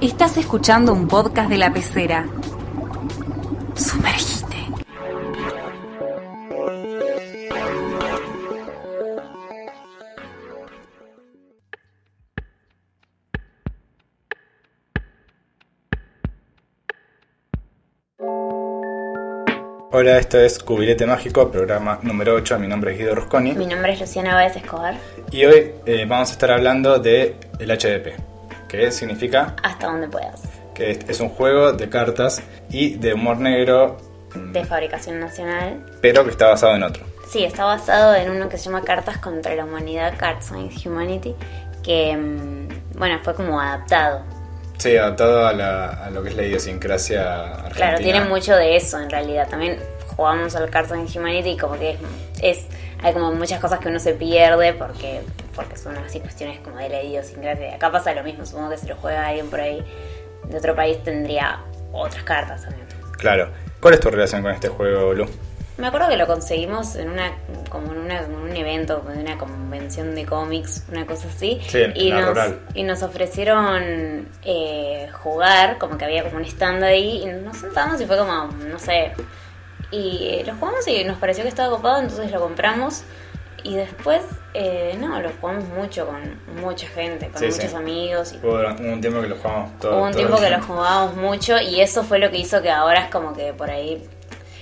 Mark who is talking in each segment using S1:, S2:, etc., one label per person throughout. S1: Estás escuchando un podcast de la pecera. Sumergite.
S2: Hola, esto es Cubilete Mágico, programa número 8. Mi nombre es Guido Rusconi.
S3: Mi nombre es Luciana Báez Escobar.
S2: Y hoy eh, vamos a estar hablando de el HDP, que significa
S3: Hasta donde puedas.
S2: que es- es un juego de cartas y de humor negro,
S3: De fabricación nacional.
S2: pero que está basado en otro.
S3: Sí, está basado en uno que se llama Cartas contra la Humanidad, Cards Against Humanity, que, mm, bueno, fue como adaptado.
S2: Sí, adaptado a, la- a lo que es la idiosincrasia argentina.
S3: Claro, tiene mucho de eso en realidad. También jugamos al Cards Against Humanity y como que es, es- hay como muchas cosas que uno se pierde porque porque son así cuestiones como de la idiosincrasia. Acá pasa lo mismo, supongo que si lo juega alguien por ahí de otro país tendría otras cartas también.
S2: Claro. ¿Cuál es tu relación con este juego, Lu?
S3: Me acuerdo que lo conseguimos en una como en, una- en un evento, en una convención de cómics, una cosa así.
S2: Sí, en
S3: y,
S2: la
S3: nos,
S2: rural.
S3: y nos ofrecieron eh, jugar, como que había como un stand ahí, y nos sentamos y fue como, no sé. Y eh, lo jugamos y nos pareció que estaba copado, entonces lo compramos. Y después, eh, no, lo jugamos mucho con mucha gente, con
S2: Sí, sí.
S3: muchos amigos. y-
S2: Hubo durante- un tiempo que lo jugamos todo.
S3: Hubo un
S2: todo
S3: tiempo
S2: el-
S3: que lo jugábamos mucho y eso fue lo que hizo que ahora es como que por ahí...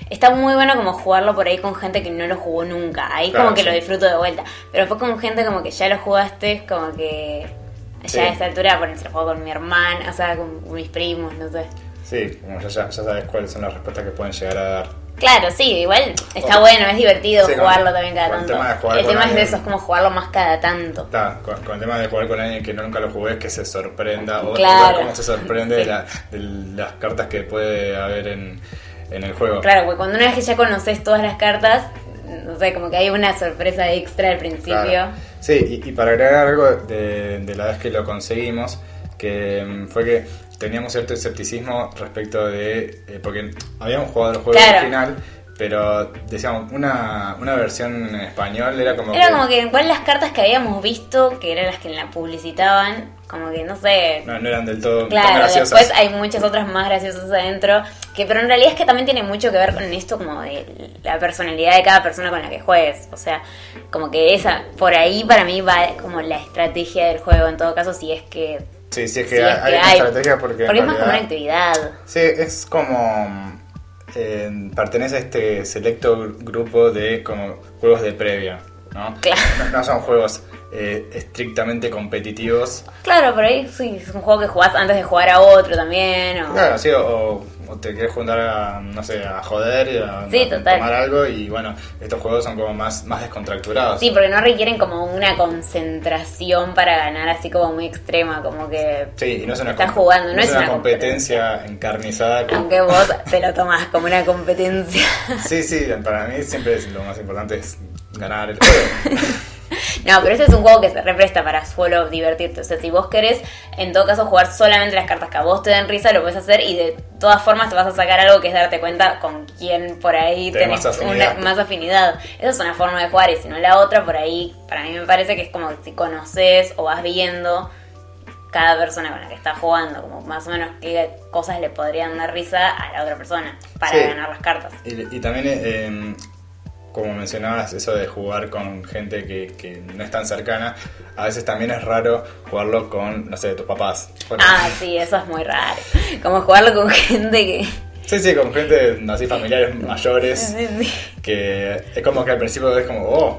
S3: Está muy bueno como jugarlo por ahí con gente que no lo jugó nunca. Ahí
S2: Claro,
S3: como que
S2: sí.
S3: lo disfruto de vuelta. Pero después con gente como que ya lo jugaste, es como que... Ya
S2: Sí.
S3: a esta altura, por ejemplo, lo juego con mi hermana, o sea, con mis primos, no sé.
S2: Sí, como ya, ya- ya sabes cuáles son las respuestas que pueden llegar a dar.
S3: Claro, sí, igual está
S2: O-
S3: bueno, es divertido
S2: Sí, con-
S3: jugarlo también cada
S2: con el
S3: tanto.
S2: tema de jugar
S3: el
S2: con
S3: tema es de
S2: alguien.
S3: eso, es como jugarlo más cada tanto.
S2: Está, con, con el tema de jugar con alguien que nunca lo jugué, que se sorprenda, o
S3: Claro.
S2: ver cómo se sorprende de, la- de las cartas que puede haber en, en el juego.
S3: Claro, porque cuando una vez que ya conoces todas las cartas, no sé, como que hay una sorpresa extra al principio.
S2: Claro. Sí, y, y para agregar algo de, de la vez que lo conseguimos, que mm, fue que teníamos cierto escepticismo respecto de... eh, porque habíamos jugado el juego
S3: Claro.
S2: original, pero decíamos, una, una versión en español era como...
S3: Era como que igual las cartas que habíamos visto, que eran las que la publicitaban, como que no sé.
S2: No, no eran del todo tan
S3: Claro,
S2: graciosas.
S3: después hay muchas otras más graciosas adentro, que pero en realidad es que también tiene mucho que ver con esto como de la personalidad de cada persona con la que juegues, o sea, como que esa por ahí para mí va como la estrategia del juego en todo caso si es que
S2: Sí, sí, es
S3: si
S2: que hay, una estrategia porque... en
S3: porque es más como una
S2: realidad-
S3: actividad.
S2: Sí, es como... mm, eh, pertenece a este selecto gru- grupo de como juegos de previa, ¿no?
S3: Claro.
S2: No, no son juegos eh, estrictamente competitivos.
S3: Claro, por ahí sí, es un juego que jugás antes de jugar a otro también o
S2: Claro, sí, o, o te querés juntar a, no sé, a joder, y a,
S3: Sí,
S2: a
S3: total.
S2: tomar algo y bueno, estos juegos son como más, más descontracturados.
S3: Sí, porque no requieren como una concentración para ganar así como muy extrema, como que
S2: Sí, y no es una,
S3: Estás
S2: com-
S3: jugando, no es
S2: una
S3: una
S2: competencia encarnizada. con-
S3: aunque vos te lo tomás como una competencia.
S2: Sí, sí, para mí siempre es lo más importante es ganar el juego.
S3: No, pero este es un juego que se represta para solo divertirte. O sea, si vos querés, en todo caso, jugar solamente las cartas que a vos te den risa, lo puedes hacer y de todas formas te vas a sacar algo que es darte cuenta con quién por ahí
S2: Tenés
S3: tenés
S2: más afinidad.
S3: una- más afinidad. Esa es una forma de jugar y si no la otra, por ahí, para mí me parece que es como si conoces o vas viendo cada persona con la que estás jugando, como más o menos qué cosas le podrían dar risa a la otra persona para
S2: Sí.
S3: ganar las cartas.
S2: y, y también, eh, como mencionabas, eso de jugar con gente que, que no es tan cercana, a veces también es raro jugarlo con, no sé, tus papás. Por
S3: Ah, sí, eso es muy raro. Como jugarlo con gente que...
S2: Sí, sí, con gente así familiares mayores
S3: Sí, sí.
S2: que es como que al principio es como, oh,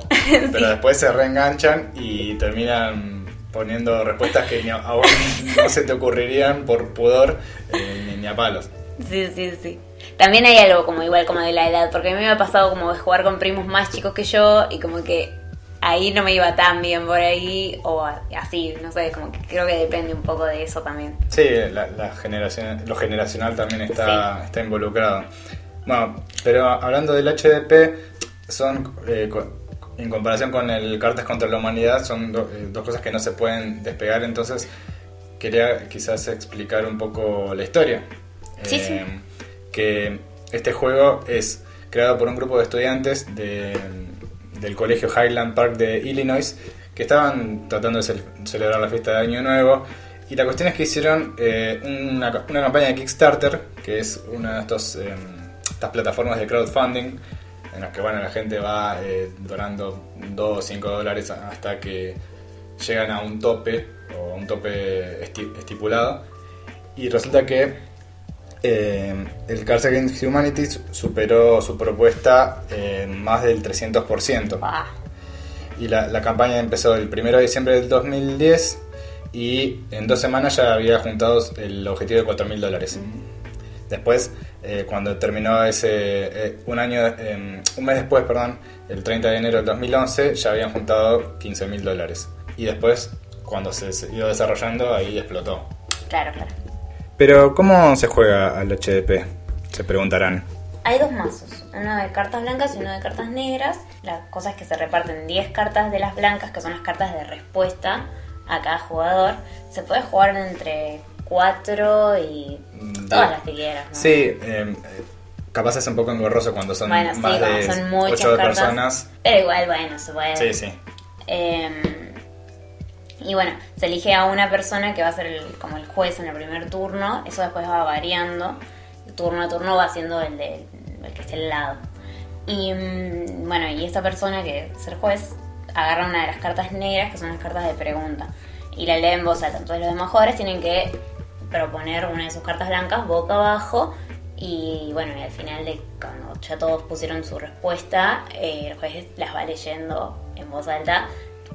S2: pero después se reenganchan y terminan poniendo respuestas que ni a, a vos no se te ocurrirían por pudor eh, ni, ni a palos.
S3: Sí, sí, sí. También hay algo como igual como de la edad, porque a mí me ha pasado como de jugar con primos más chicos que yo y como que ahí no me iba tan bien por ahí o a- así, no sé, como que creo que depende un poco de eso también.
S2: Sí, la, la generación, lo generacional también está, está involucrado. Bueno, pero hablando del HDP, son, eh, co- en comparación con el Cartas contra la Humanidad, son do- eh, dos cosas que no se pueden despegar, entonces quería quizás explicar un poco la historia. Em,
S3: Sí, sí.
S2: Que este juego es creado por un grupo de estudiantes de- del colegio Highland Park de Illinois que estaban tratando de cel- celebrar la fiesta de Año Nuevo Y la cuestión es que hicieron eh, una, una campaña de Kickstarter, que es una de estos, eh, estas plataformas de crowdfunding, en las que bueno, la gente va eh, donando 2 o 5 dólares hasta que llegan a un tope o a un tope esti- estipulado. Y resulta que eh, el Cards Against Humanity su- superó su propuesta en más del 300%.
S3: Bah.
S2: Y la, la campaña empezó el 1 de diciembre del 2010 y en dos semanas ya había juntado el objetivo de 4 mil dólares. Después, eh, cuando terminó ese. eh, un año. eh, un mes después, perdón, el 30 de enero del 2011, ya habían juntado 15 mil dólares. Y después, cuando se siguió desarrollando, ahí explotó.
S3: Claro, claro.
S2: Pero, ¿cómo se juega al HDP? Se preguntarán.
S3: Hay dos mazos, uno de cartas blancas y uno de cartas negras. La cosa es que se reparten 10 cartas de las blancas, que son las cartas de respuesta a cada jugador. Se puede jugar entre 4 y
S2: Mm,
S3: todas
S2: de-
S3: las que quieras. ¿no?
S2: Sí, eh, capaz es un poco engorroso cuando son
S3: bueno, sí,
S2: más
S3: como
S2: de
S3: son muchas
S2: ocho
S3: cartas.
S2: personas.
S3: Pero igual, bueno, se puede.
S2: Sí, sí.
S3: Eh, y bueno, se elige a una persona que va a ser el- como el juez en el primer turno. Eso después va variando. Turno a turno va siendo el, de, el que esté al lado. Y mm, bueno, y esta persona que es el juez agarra una de las cartas negras, que son las cartas de pregunta. Y la lee en voz alta. Entonces los demás jugadores tienen que proponer una de sus cartas blancas boca abajo. Y bueno, y al final de cuando ya todos pusieron su respuesta, eh, el juez las va leyendo en voz alta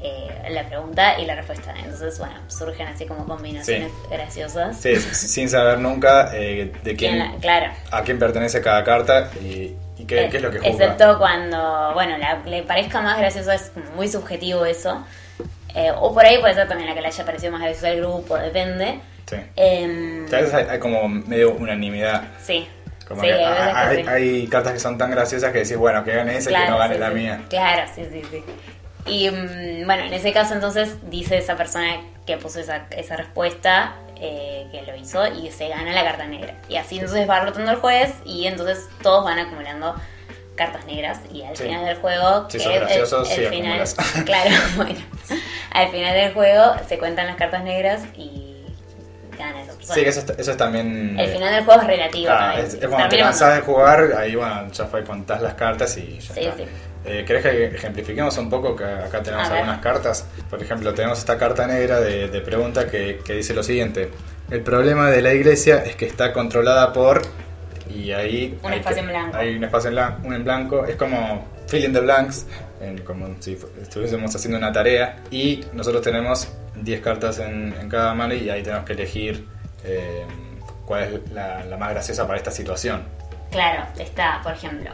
S3: eh, la pregunta y la respuesta. Entonces, bueno, surgen así como combinaciones graciosas.
S2: Sí, sin saber nunca eh, de
S3: Y en
S2: quién,
S3: la- claro.
S2: a quién pertenece cada carta y, y qué,
S3: Eh,
S2: qué es lo que juega.
S3: Excepto cuando, bueno, la, le parezca más gracioso, es como muy subjetivo eso. Eh, o por ahí puede ser también la que le haya parecido más graciosa al grupo, depende.
S2: Sí.
S3: Em,
S2: A veces hay, hay como medio unanimidad.
S3: sí.
S2: Como
S3: Sí,
S2: que ah,
S3: hay veces
S2: hay,
S3: que sí.
S2: hay cartas que son tan graciosas que decís, bueno, que gane esa y que no gane
S3: sí,
S2: la
S3: sí.
S2: mía.
S3: Claro, sí, sí, sí. Y mm, bueno, en ese caso entonces dice esa persona que puso esa, esa respuesta eh, que lo hizo y se gana la carta negra. Y así entonces va rotando el juez y entonces todos van acumulando cartas negras y al
S2: Sí.
S3: final del juego
S2: Si
S3: que
S2: sos
S3: el-
S2: gracioso,
S3: el
S2: sí,
S3: final
S2: acumulas.
S3: claro bueno al final del juego se cuentan las cartas negras y gana esa persona
S2: Sí, que eso, es- eso es también...
S3: el
S2: eh,
S3: final del juego es relativo
S2: ah,
S3: también.
S2: es, es cuando te
S3: Termina
S2: cansás de jugar, ahí bueno, ya fue, contás las cartas y ya
S3: Sí,
S2: está.
S3: sí.
S2: Eh, ¿Querés que ejemplifiquemos un poco? Que acá tenemos
S3: A ver.
S2: algunas cartas. Por ejemplo, tenemos esta carta negra de, de pregunta que, que dice lo siguiente. El problema de la iglesia es que está controlada por... Y ahí...
S3: Un
S2: hay
S3: espacio
S2: que-
S3: en blanco.
S2: Hay un espacio en, blan- un en blanco. Es como fill in the blanks, en- como si fu- estuviésemos haciendo una tarea. Y nosotros tenemos 10 cartas en, en cada mano y ahí tenemos que elegir eh, cuál es la- la más graciosa para esta situación.
S3: Claro, está, por ejemplo.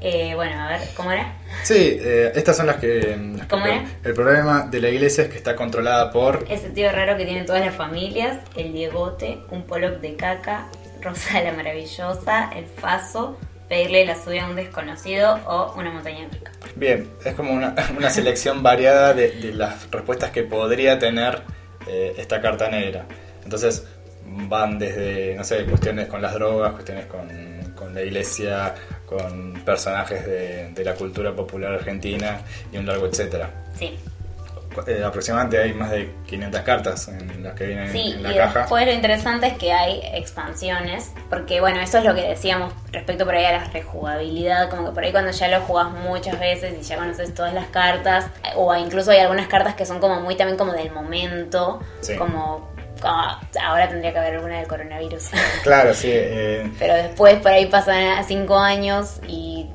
S3: eh, bueno, a ver, ¿cómo era?
S2: Sí, eh, estas son las que... las que-
S3: ¿Cómo era?
S2: El problema de la iglesia es que está controlada por...
S3: Ese tío raro que tienen todas las familias, el diegote, un polop de caca, Rosa la maravillosa, el faso, pedirle la suya a un desconocido o una montaña de pica.
S2: Bien, es como una, una selección variada de, de las respuestas que podría tener eh, esta carta negra. Entonces van desde, no sé, cuestiones con las drogas, cuestiones con, con la iglesia, con personajes de, de la cultura popular argentina y un largo etcétera.
S3: Sí.
S2: Cu- eh, aproximadamente hay más de 500 cartas en las que vienen
S3: Sí,
S2: en
S3: y
S2: la caja.
S3: después lo interesante es que hay expansiones, porque bueno, eso es lo que decíamos respecto por ahí a la rejugabilidad, como que por ahí cuando ya lo jugás muchas veces y ya conoces todas las cartas, o incluso hay algunas cartas que son como muy también como del momento,
S2: Sí.
S3: como ah, ahora tendría que haber alguna del coronavirus,
S2: Claro, sí. eh,
S3: pero después por ahí pasan a cinco años y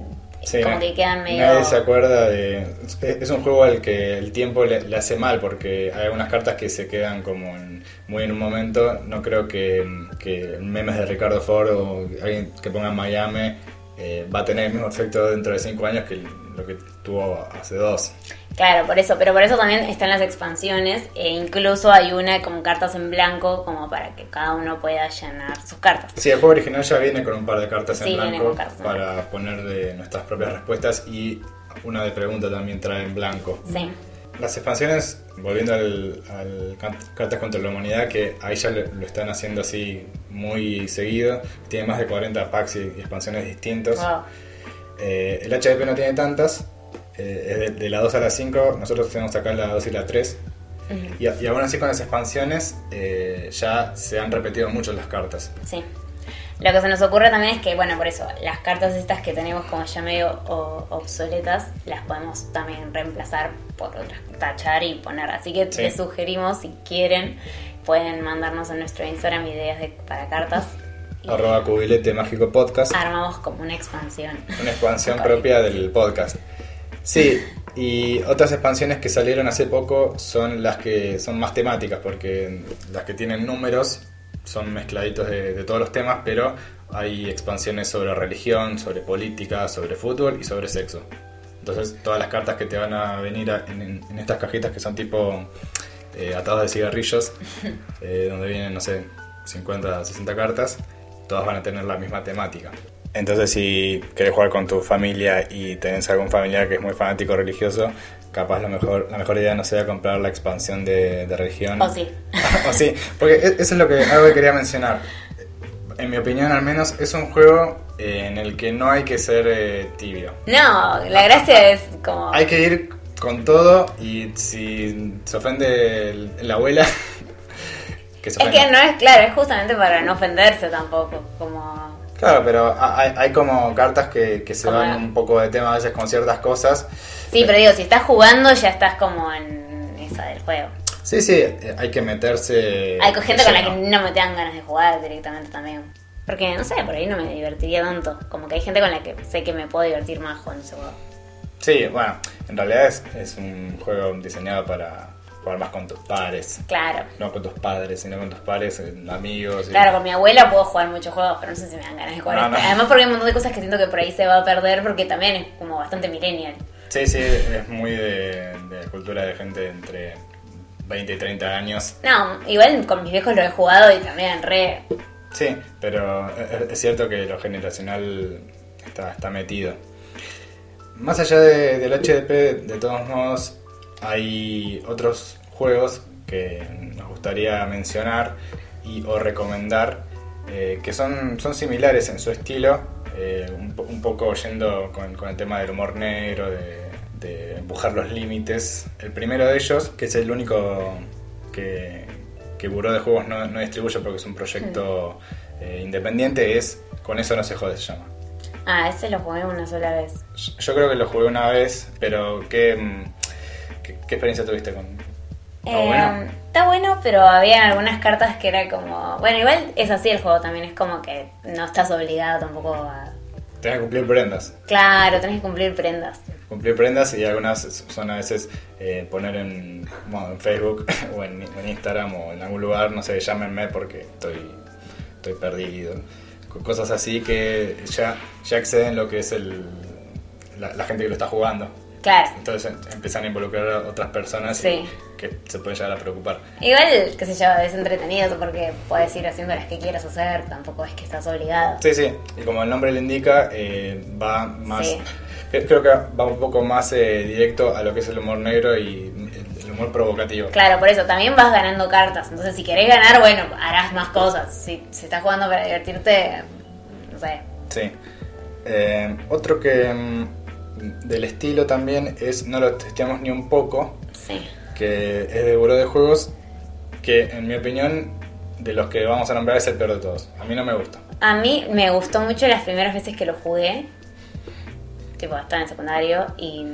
S2: Sí,
S3: como
S2: na-
S3: que quedan medio...
S2: Nadie se acuerda de. es- Es un juego al que el tiempo le, le hace mal porque hay algunas cartas que se quedan como en- muy en un momento. No creo que, que memes de Ricardo Ford o alguien que ponga Miami eh, va a tener el mismo efecto dentro de 5 años que lo que tuvo hace 2.
S3: Claro, por eso, pero por eso también están las expansiones e incluso hay una con cartas en blanco como para que cada uno pueda llenar sus cartas.
S2: Sí, el juego original ya viene con un par de cartas
S3: Sí,
S2: en
S3: viene
S2: blanco
S3: con cartas en
S2: para poner de nuestras propias respuestas y una de pregunta también trae en blanco.
S3: Sí,
S2: Las expansiones, volviendo al, al Can- Cartas contra la Humanidad, que ahí ya lo, lo están haciendo así muy seguido, tiene más de 40 packs y, y expansiones distintos.
S3: wow.
S2: Eh, el HDP no tiene tantas, eh, es de, de la 2 a la 5, nosotros tenemos acá la 2 y la 3. Y, a- y aún así con las expansiones eh, ya se han repetido mucho las cartas.
S3: Sí. Lo que se nos ocurre también es que, bueno, por eso, las cartas estas que tenemos como ya medio o- obsoletas, las podemos también reemplazar por otras, tachar y poner. Así que
S2: Sí.
S3: les sugerimos, si quieren, pueden mandarnos a nuestro Instagram ideas de- para cartas. Y
S2: Arroba cubilete mágico podcast.
S3: Armamos como una expansión.
S2: Una expansión propia del podcast. Sí, y otras expansiones que salieron hace poco son las que son más temáticas, porque las que tienen números son mezcladitos de, de todos los temas, pero hay expansiones sobre religión, sobre política, sobre fútbol y sobre sexo. Entonces todas las cartas que te van a venir a- en, en- en estas cajitas que son tipo eh, atados de cigarrillos, eh, donde vienen, no sé, 50, 60 cartas, todas van a tener la misma temática. Entonces, si querés jugar con tu familia y tenés algún familiar que es muy fanático religioso, capaz lo mejor, la mejor idea no sea comprar la expansión de, de religión.
S3: O sí.
S2: o sí, porque e- eso es lo que, algo que quería mencionar. En mi opinión, al menos, es un juego eh, en el que no hay que ser eh, tibio.
S3: No, la gracia es como...
S2: Hay que ir con todo y si se ofende el- la abuela, que se
S3: Es
S2: ofenda.
S3: que no es claro, es justamente para no ofenderse tampoco, como...
S2: Claro, pero ha- hay, hay como cartas que, que se
S3: Como
S2: van
S3: la-
S2: un poco de tema a veces con ciertas cosas.
S3: Sí, pero digo, si estás jugando ya estás como en esa del juego.
S2: Sí, sí, eh, hay que meterse.
S3: Hay co- gente con la que
S2: de lleno.
S3: no me te dan ganas de jugar directamente también. Porque, no sé, por ahí no me divertiría tanto. Como que hay gente con la que sé que me puedo divertir más con ese juego.
S2: Sí, bueno, en realidad es, es un juego diseñado para jugar más con tus pares.
S3: Claro.
S2: No con tus padres, sino con tus pares, eh, amigos. y-
S3: Claro, con mi abuela puedo jugar muchos juegos, pero no sé si me dan ganas de jugar
S2: No,
S3: este.
S2: no.
S3: Además porque hay un montón de cosas que siento que por ahí se va a perder porque también es como bastante millennial.
S2: Sí, sí, es muy de, de cultura de gente entre 20 y 30 años.
S3: No, igual con mis viejos lo he jugado y también re...
S2: Sí, pero e- es es cierto que lo generacional está, está metido. Más allá de- del HDP, de todos modos, hay otros juegos que nos gustaría mencionar y o recomendar eh, que son, son similares en su estilo, eh, un, po- un poco yendo con, con el tema del humor negro, de, de empujar los límites. El primero de ellos, que es el único que, que Buró de Juegos no, no distribuye porque es un proyecto eh, independiente, es Con eso no se jode, se llama.
S3: Ah, ese lo jugué una sola vez.
S2: Yo creo que lo jugué una vez, pero ¿qué, mm, qué, qué experiencia tuviste con...? ¿Está
S3: Eh,
S2: Ah, bueno?
S3: Está bueno, pero había algunas cartas que era como... Bueno, igual es así el juego también, es como que no estás obligado tampoco a...
S2: Tenés que cumplir prendas.
S3: Claro, tenés que cumplir prendas.
S2: Cumplir prendas y algunas son a veces eh, poner en, bueno, en Facebook o en, o en Instagram o en algún lugar, no sé, llámenme porque estoy, estoy perdido. Co- Cosas así que ya, ya exceden lo que es el, la- la gente que lo está jugando.
S3: Claro.
S2: Entonces em- empiezan a involucrar a otras personas y
S3: Sí.
S2: que se pueden llegar a preocupar.
S3: Igual, qué sé yo, es entretenido porque puedes ir haciendo las que quieras hacer, tampoco es que estás obligado.
S2: Sí, sí, y como el nombre le indica, eh, va más.
S3: Sí.
S2: cre- Creo que va un poco más eh, directo a lo que es el humor negro y el- el humor provocativo.
S3: Claro, por eso también vas ganando cartas. Entonces, si querés ganar, bueno, harás más cosas. Si, si estás jugando para divertirte, no sé.
S2: Sí. Eh, otro que mm, del estilo también es No lo testeamos ni un poco,
S3: Sí.
S2: que es de Buró de Juegos, que en mi opinión, de los que vamos a nombrar es el peor de todos. A mí no me gusta.
S3: A mí me gustó mucho las primeras veces que lo jugué. Tipo, estaba en secundario y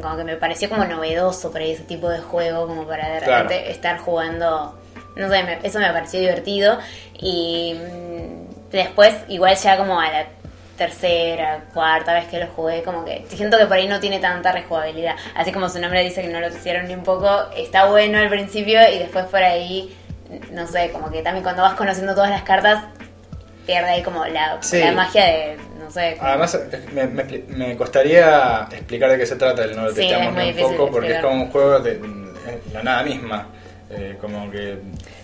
S3: como que me pareció como novedoso por ahí ese tipo de juego, como para de
S2: Claro.
S3: repente estar jugando. No sé, me- eso me pareció divertido. Y mm, después, igual ya como a la tercera, cuarta vez que lo jugué, como que siento que por ahí no tiene tanta rejugabilidad. Así como su nombre dice que no lo hicieron ni un poco, está bueno al principio y después por ahí, no sé, como que también cuando vas conociendo todas las cartas, pierde ahí como la,
S2: Sí. Ah.
S3: la magia de, no sé. como-
S2: Además, me, me expli- me costaría explicar de qué se trata el No lo
S3: Sí, es
S2: testeamos
S3: muy
S2: ni un
S3: difícil
S2: poco, porque es
S3: explicar.
S2: como un juego de mm, la nada misma. Eh, como que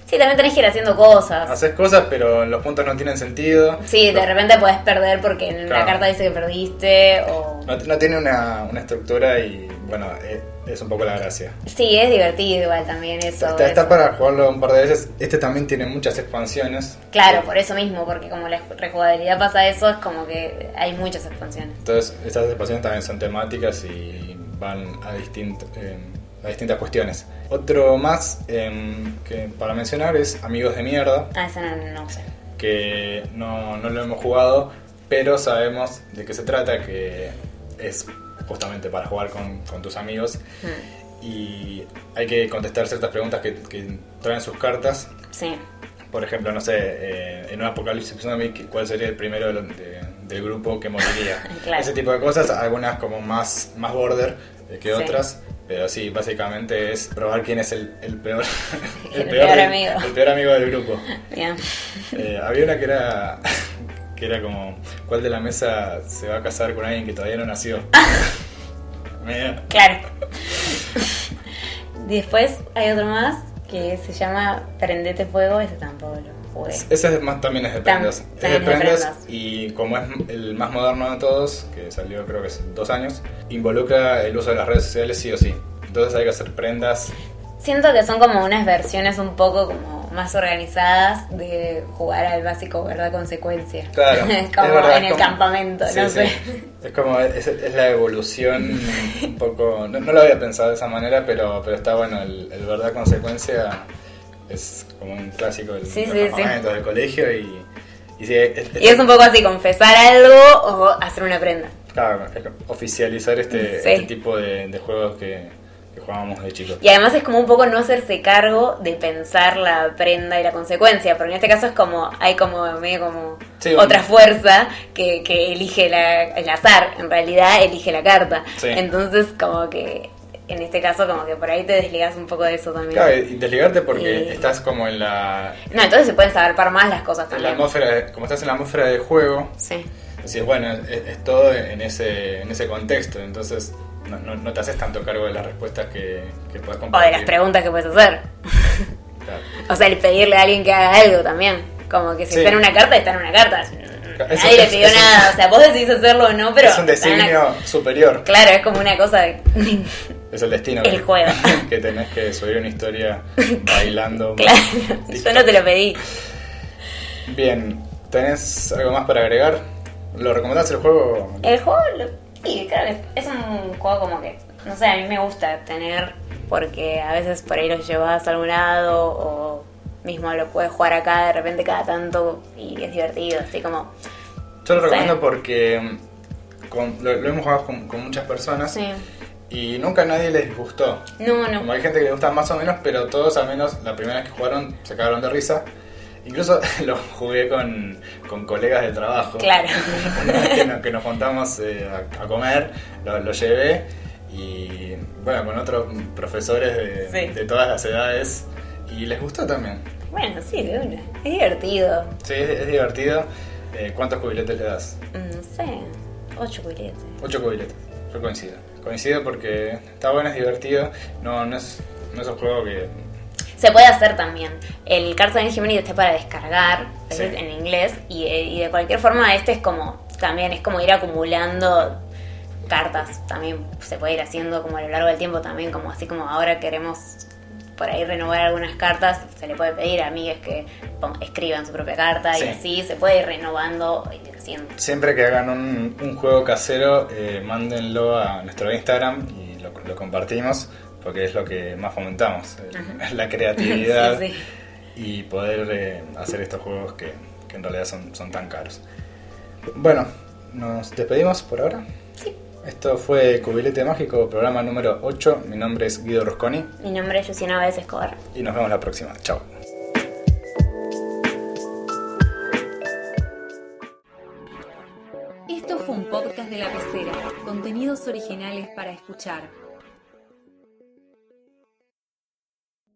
S3: Sí, también tenés que ir haciendo cosas.
S2: haces cosas, pero los puntos no tienen sentido.
S3: Sí, de repente podés perder porque en
S2: Claro.
S3: la carta dice que perdiste o...
S2: No, no tiene una, una estructura y, bueno, eh, es un poco la gracia.
S3: Sí, es divertido igual también eso.
S2: Está, está
S3: eso.
S2: para jugarlo un par de veces. Este también tiene muchas expansiones. Eh,
S3: Claro, por eso mismo, porque como la rejugabilidad pasa eso, es como que hay muchas expansiones.
S2: Entonces, estas expansiones también son temáticas y van em, a distintos. las distintas cuestiones. Otro más em, que para mencionar es Amigos de Mierda,
S3: Ah, esa no, no sé.
S2: que no, no lo hemos jugado, pero sabemos de qué se trata, que es justamente para jugar con, con tus amigos
S3: Mm,
S2: y hay que contestar ciertas preguntas que, que traen sus cartas.
S3: Sí.
S2: Por ejemplo, no sé, eh, en un apocalipsis tsunami, ¿cuál sería el primero de lo- de- del grupo que moriría?
S3: Claro.
S2: Ese tipo de cosas, algunas como más, más border eh, que
S3: Sí.
S2: otras. Pero sí, básicamente es probar quién es el, el peor,
S3: El peor
S2: del-
S3: amigo.
S2: el peor amigo del grupo.
S3: Bien.
S2: Eh, había una que era que era como ¿cuál de la mesa se va a casar con alguien que todavía no nació? Medio-
S3: Claro. Después hay otro más que se llama Prendete Fuego, ese tampoco lo jugué.
S2: Ese es más, también es de
S3: Tam-
S2: prendas. es de
S3: también es de
S2: prendas
S3: prendas.
S2: y como es el más moderno de todos, que salió creo que hace dos años, involucra el uso de las redes sociales sí o sí. Entonces hay que hacer prendas.
S3: Siento que son como unas versiones un poco como más organizadas de jugar al básico verdad consecuencia.
S2: Claro.
S3: como
S2: es verdad,
S3: en
S2: es
S3: el
S2: como-
S3: campamento,
S2: sí,
S3: no
S2: sí.
S3: sé.
S2: Es como, es, es la evolución un poco. No, no lo había pensado de esa manera, pero, pero está bueno. El, el verdad consecuencia es como un clásico del,
S3: Sí,
S2: del
S3: sí, sí.
S2: campamento, del colegio y. Y sí, es- es-
S3: Y es un poco así, confesar algo o hacer una prenda.
S2: claro, es como oficializar este,
S3: Sí.
S2: este tipo de, de juegos que, que jugábamos de chicos.
S3: Y además es como un poco no hacerse cargo de pensar la prenda y la consecuencia, porque en este caso es como, hay como medio como
S2: Sí, un-
S3: otra fuerza que, que elige la- el azar, en realidad elige la carta.
S2: Sí.
S3: Entonces como que en este caso como que por ahí te desligas un poco de eso también.
S2: Claro, y desligarte porque
S3: Y-
S2: estás como en la,
S3: No, entonces se pueden saber par más las cosas
S2: en la
S3: también.
S2: atmósfera, de- como estás en la atmósfera del juego,
S3: Sí.
S2: Decís, bueno, es, es todo en ese, en ese contexto, entonces no, no- no te haces tanto cargo de las respuestas que, que puedes
S3: O de
S2: compartir.
S3: las preguntas que puedes hacer.
S2: Claro.
S3: O sea, el pedirle a alguien que haga algo también. Como que si
S2: Sí.
S3: está en una carta, está en una carta.
S2: Eso-
S3: Nadie le
S2: es-
S3: pidió
S2: es un-
S3: nada. O sea, vos decidís hacerlo o no, pero.
S2: es un
S3: está en la-
S2: designio superior,
S3: Claro, es como una cosa. de-
S2: es el destino.
S3: El
S2: que,
S3: juego.
S2: Que tenés que subir una historia bailando.
S3: claro,
S2: Listo.
S3: yo no te lo pedí.
S2: Bien, ¿tenés algo más para agregar? ¿Lo recomendás el juego?
S3: El juego, lo- sí, claro, que es un juego como que, no sé, a mí me gusta tener, porque a veces por ahí lo llevas a algún lado o mismo lo puedes jugar acá de repente cada tanto y es divertido, así como...
S2: Yo lo
S3: Sí.
S2: recomiendo porque mm, con- lo, lo hemos jugado con, con muchas personas
S3: Sí.
S2: y nunca a nadie les gustó.
S3: No,
S2: Como
S3: no.
S2: hay gente que le gusta más o menos, pero todos al menos la primera vez que jugaron se cagaron de risa. Incluso lo jugué con, con colegas de trabajo.
S3: Claro.
S2: Una vez que, nos, que nos juntamos eh, a, a comer, lo, lo llevé y bueno, con otros profesores de,
S3: Sí.
S2: de todas las edades y les gustó también.
S3: Bueno, sí, de una. Es divertido.
S2: Sí, es, es divertido. Eh, ¿Cuántos cubiletes le das?
S3: Mm, No sé. Ocho cubiletes.
S2: Ocho cubiletes. Yo coincido. Coincido porque está bueno, es divertido. No, no es, no es un juego que...
S3: Se puede hacer también. El Cards Against Humanity está para descargar,
S2: Sí.
S3: es en inglés, y, eh, y de cualquier forma este es como, también es como ir acumulando cartas, también se puede ir haciendo como a lo largo del tiempo también, como así como ahora queremos por ahí renovar algunas cartas, se le puede pedir a amigues que pon- escriban su propia carta
S2: Sí.
S3: y así se puede ir renovando y haciendo.
S2: Siempre que hagan un, un juego casero, eh, mándenlo a nuestro Instagram y lo, lo compartimos porque es lo que más fomentamos, el- la creatividad
S3: Sí, sí.
S2: y poder eh, hacer estos juegos que, que en realidad son, son tan caros. Bueno, nos despedimos por ahora. Esto fue Cubilete Mágico, programa número 8. Mi nombre es Guido Rosconi
S3: Mi nombre es Luciana Báez Escobar.
S2: y nos vemos la próxima. Chao.
S1: Esto fue un podcast de la pecera, contenidos originales para escuchar.